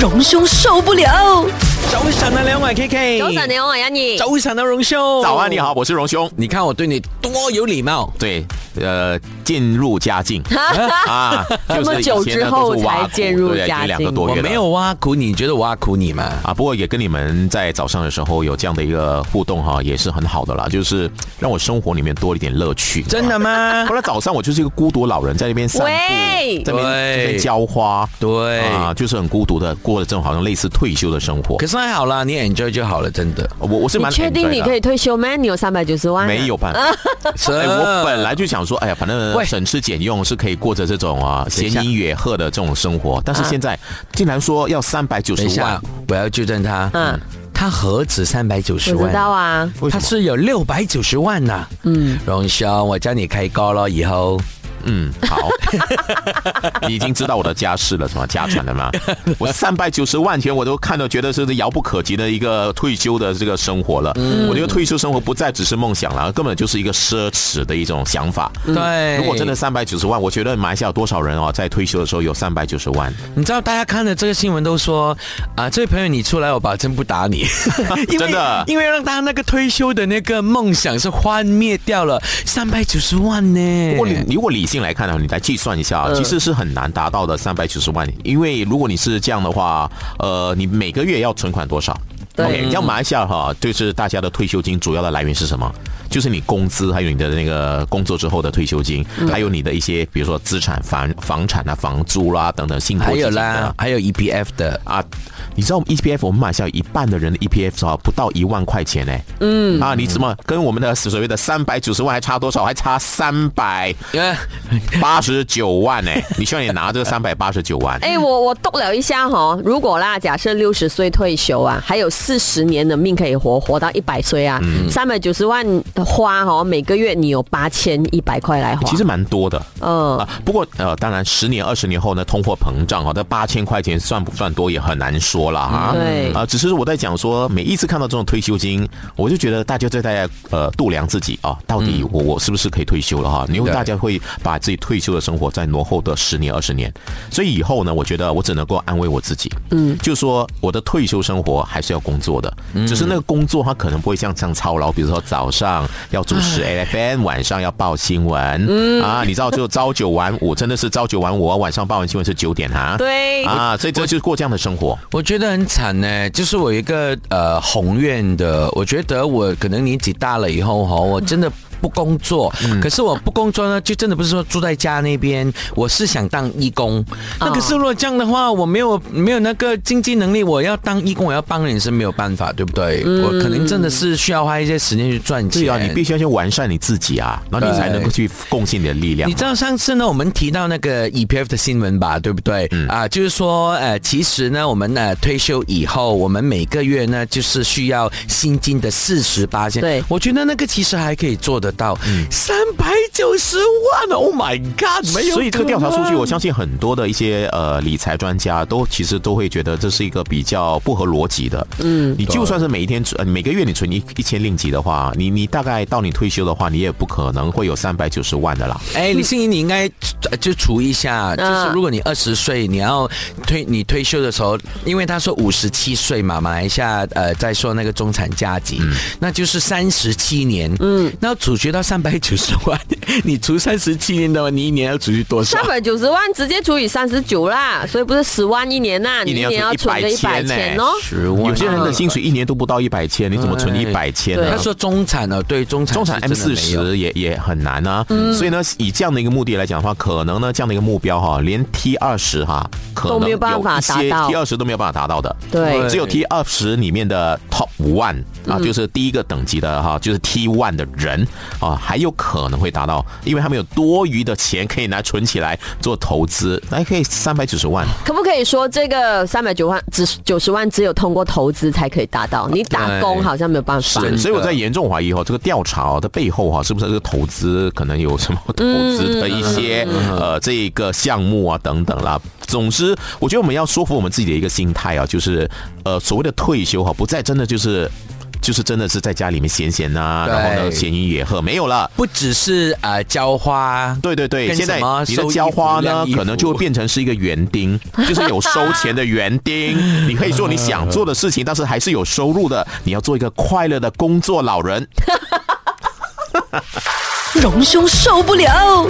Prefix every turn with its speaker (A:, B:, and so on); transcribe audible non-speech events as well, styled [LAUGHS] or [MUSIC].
A: 荣兄受不了。
B: 早晨啊，两位 K K。
C: 早晨，你好，我係欣怡。
B: 早晨啊，荣
C: 哦
B: 兄。
D: 早安，你。好，我是荣兄。
E: 你看我对你多有礼貌，
D: 对，呃，渐入
C: [LAUGHS]
D: 佳境啊，
C: 这么
D: 就是以
C: 久
D: 前
C: 之
D: 呢
C: 后
D: 都是
C: 才
D: 挖苦
C: 渐入
D: 对已经
C: 佳
D: 两个
C: 境
D: 多
E: 我
D: 月了
E: 没有挖苦你，你觉得我挖苦你
D: [LAUGHS]
E: 吗？
D: 啊，不过也跟你们在早上的时候有这样的一个互动哈，也是很好的啦，就是让我生活里面多了一点乐趣。
E: 真的
D: [LAUGHS]
E: 吗
D: 后？来早上我就是一个孤独老人，在那边散
C: 喂
D: 步，在那边
E: 对
D: 在那边浇花，
E: 对
D: 啊，就是很孤独的过了这种好像类似退休的生活。
E: 可。是还好啦，你 enjoy 就好了，真的
D: 我我是
C: 你
D: 蛮
C: 确定
D: enjoy
C: 你
D: 的
C: 可以退休吗？你有三百九十万、
D: 没有。办法。
E: 是
D: 哎，我本来就想说，哎呀，反正
E: 呃喂
D: 省吃俭用是可以过着这种啊
E: 等一下
D: 闲云野鹤的这种生活，但是现在竟然说要三百九
E: 等一
D: 十
E: 下
D: 万，
E: 我要纠正他。
C: 嗯
E: 嗯，他何止三百九十
C: 我
E: 万？
C: 知道啊，
D: 为什
E: 他
D: 么
E: 是有六百九十万呐、嗯，荣兄，我叫你开高了，以后
D: 嗯，好， [LAUGHS] 你已经知道我的家世了，什么家产
E: [LAUGHS]
D: 了吗？我三百九十万钱，我都看到觉得是遥不可及的一个退休的这个生活了。
E: 嗯
D: 我这个退休生活不再只是梦想了，根本就是一个奢侈的一种想法。
E: 对
D: 嗯如果真的三百九十万，我觉得马来西亚有多少人哦，在退休的时候有三百九十万？
E: 嗯你知道大家看了这个新闻都说啊，这位朋友你出来，我保证不打
D: [LAUGHS]
E: 你，因为
D: 真的
E: 因为让大家那个退休的那个梦想是幻灭掉了，三百九十万呢。
D: 如果你如果理性来看呢，你来计算一下
E: 嗯
D: 啊，其实是很难达到的三百九十万，因为如果你是这样的话，呃，你每个月要存款多少？
C: 对
D: OK，像马来西亚哈，就是大家的退休金主要的来源是什么？就是你工资，还有你的那个工作之后的退休金，
E: 嗯
D: 还有你的一些，比如说资产、房房产啊、房租啦、等等，信托
E: 还
D: 基
E: 有
D: 金的
E: 啦，还有 EPF 的，
D: 啊，你知道我们 EPF 我们马来西亚有一半的人的 EPF 啊不到一万块钱呢、嗯啊，你怎么跟我们的所谓的三百九十万还差多少？还差三百
E: 呃，
D: 八十九万呢、欸 [LAUGHS] 你希望你拿这个三百八十九万？
C: 哎、我我督了一下哈，如果啦，假设六十岁退休啊，还有四十年的命可以活，活到一百岁啊，三百九十万花哈，每个月你有八千一百块来花。
D: 哎其实，蛮多的
C: 嗯、
D: 啊，不过呃，当然十年、二十年后呢，通货膨胀哈，那八千块钱算不算多也很难说了哈。
C: 嗯对
D: 啊，只是我在讲说，每一次看到这种退休金，我就觉得大家就在呃度量自己啊，到底我我是不是可以退休了哈？因为
E: 对
D: 大家会把自己退休的生活再挪后的十年、二十年，所以以后呢，我觉得我只能够安慰我自己，嗯，就说我的退休生活还是要工作的，只是那个工作它可能不会像这样操劳，比如说早上要主持 LFN，晚上要报新闻，嗯啊，你知道就朝九晚五，真的是朝九晚五，晚上报完新闻是九点啊，
C: 对，
D: 啊，所以这就是过这样的生活。
E: 我觉得很惨呢。就是我有一个呃宏愿的，我觉得我可能年纪大了以后哈，我真的。不工作，
D: 嗯
E: 可是我不工作呢，就真的不是说住在家那边，我是想当义工。
D: 啊
E: 那可是如果这样的话，我没有没有那个经济能力，我要当义工，我要帮人是没有办法，对不对？我可能真的是需要花一些时间去赚钱。
D: 嗯对啊，你必须要先完善你自己啊，然后你才能够去贡献你的力量
E: 你。知道上次呢，我们提到那个 EPF 的新闻吧，对不对？啊，就是说，呃，其实呢，我们呃退休以后，我们每个月呢，就是需要薪金的四十八千。
C: 对
E: 我觉得那个其实还可以做得到，三百九十万，Oh my God！没有，啊
D: 所以这个调查数据，我。相信很多的一些呃理财专家都其实都会觉得这是一个比较不合逻辑的。嗯，你就算是每一天存呃每个月你存一一千令吉的话，你你大概到你退休的话，你也不可能会有三百九十万的啦。
E: 哎，李欣怡，你应该呃就除一下，就是
C: 嗯
E: 如果你二十岁，你要退你退休的时候，因为他说五十七岁嘛，马来西亚呃在说那个中产阶级，
D: 嗯
E: 那就是三十七年，嗯，那要储蓄到三百九十万，你除三十七年的话，你一年要储蓄多少
C: 三？百九十万直接除以三十九啦，所以不是十万一年呐、你一年要存个一百千哦。
E: 十万啊哎
D: 有些人的薪水一年都不到一百千，你怎么存一百千
C: 对
D: 呢
E: 他？说中产哦，对，中产
D: 中
C: 哎
D: 产 M
E: 是真
D: 四
E: 的没有
D: 十也也很难啊。
C: 嗯
D: 所以呢，以这样的一个目的来讲的话，可能呢这样的一个目标哈，连 T 二十哈，可能
C: 都没有办法
D: 一些
C: 达到
D: T 二十都没有办法达到的。
C: 对
E: 对
D: 只有 T 二十里面的 Top One 啊，
C: 嗯
D: 就是第一个等级的哈，就是 T One 的人啊，还有可能会达到，因为他们有多余的钱可以拿存起来做投资，还可以三百九十万。
C: 可不可以说这个三百九万只九十万只有通过投资才可以达到？你打工好像没有办法。
D: 所以我在严重怀疑哈、哦，这个调查、哦、的背后哈、是不是这个投资可能有什么投资的一些、
E: 嗯
D: 呃这个项目啊等等啦。总之，我觉得我们要说服我们自己的一个心态啊，就是呃所谓的退休哈、不再真的就是。就是真的是在家里面闲闲呐，然后呢
E: 对
D: 闲云野鹤没有了。
E: 不只是呃浇花，
D: 对对对，
E: 跟
D: 现
E: 什
D: 在
E: 么
D: 你的
E: 收
D: 浇
E: 衣服
D: 花呢
E: 晾衣，服
D: 可能就会变成是一个
E: [LAUGHS]
D: 园丁，就是有收钱的园丁。你可以做你想做的事情，但是还是有收入的。你要做一个快乐的工作老人。
A: 荣兄受不了。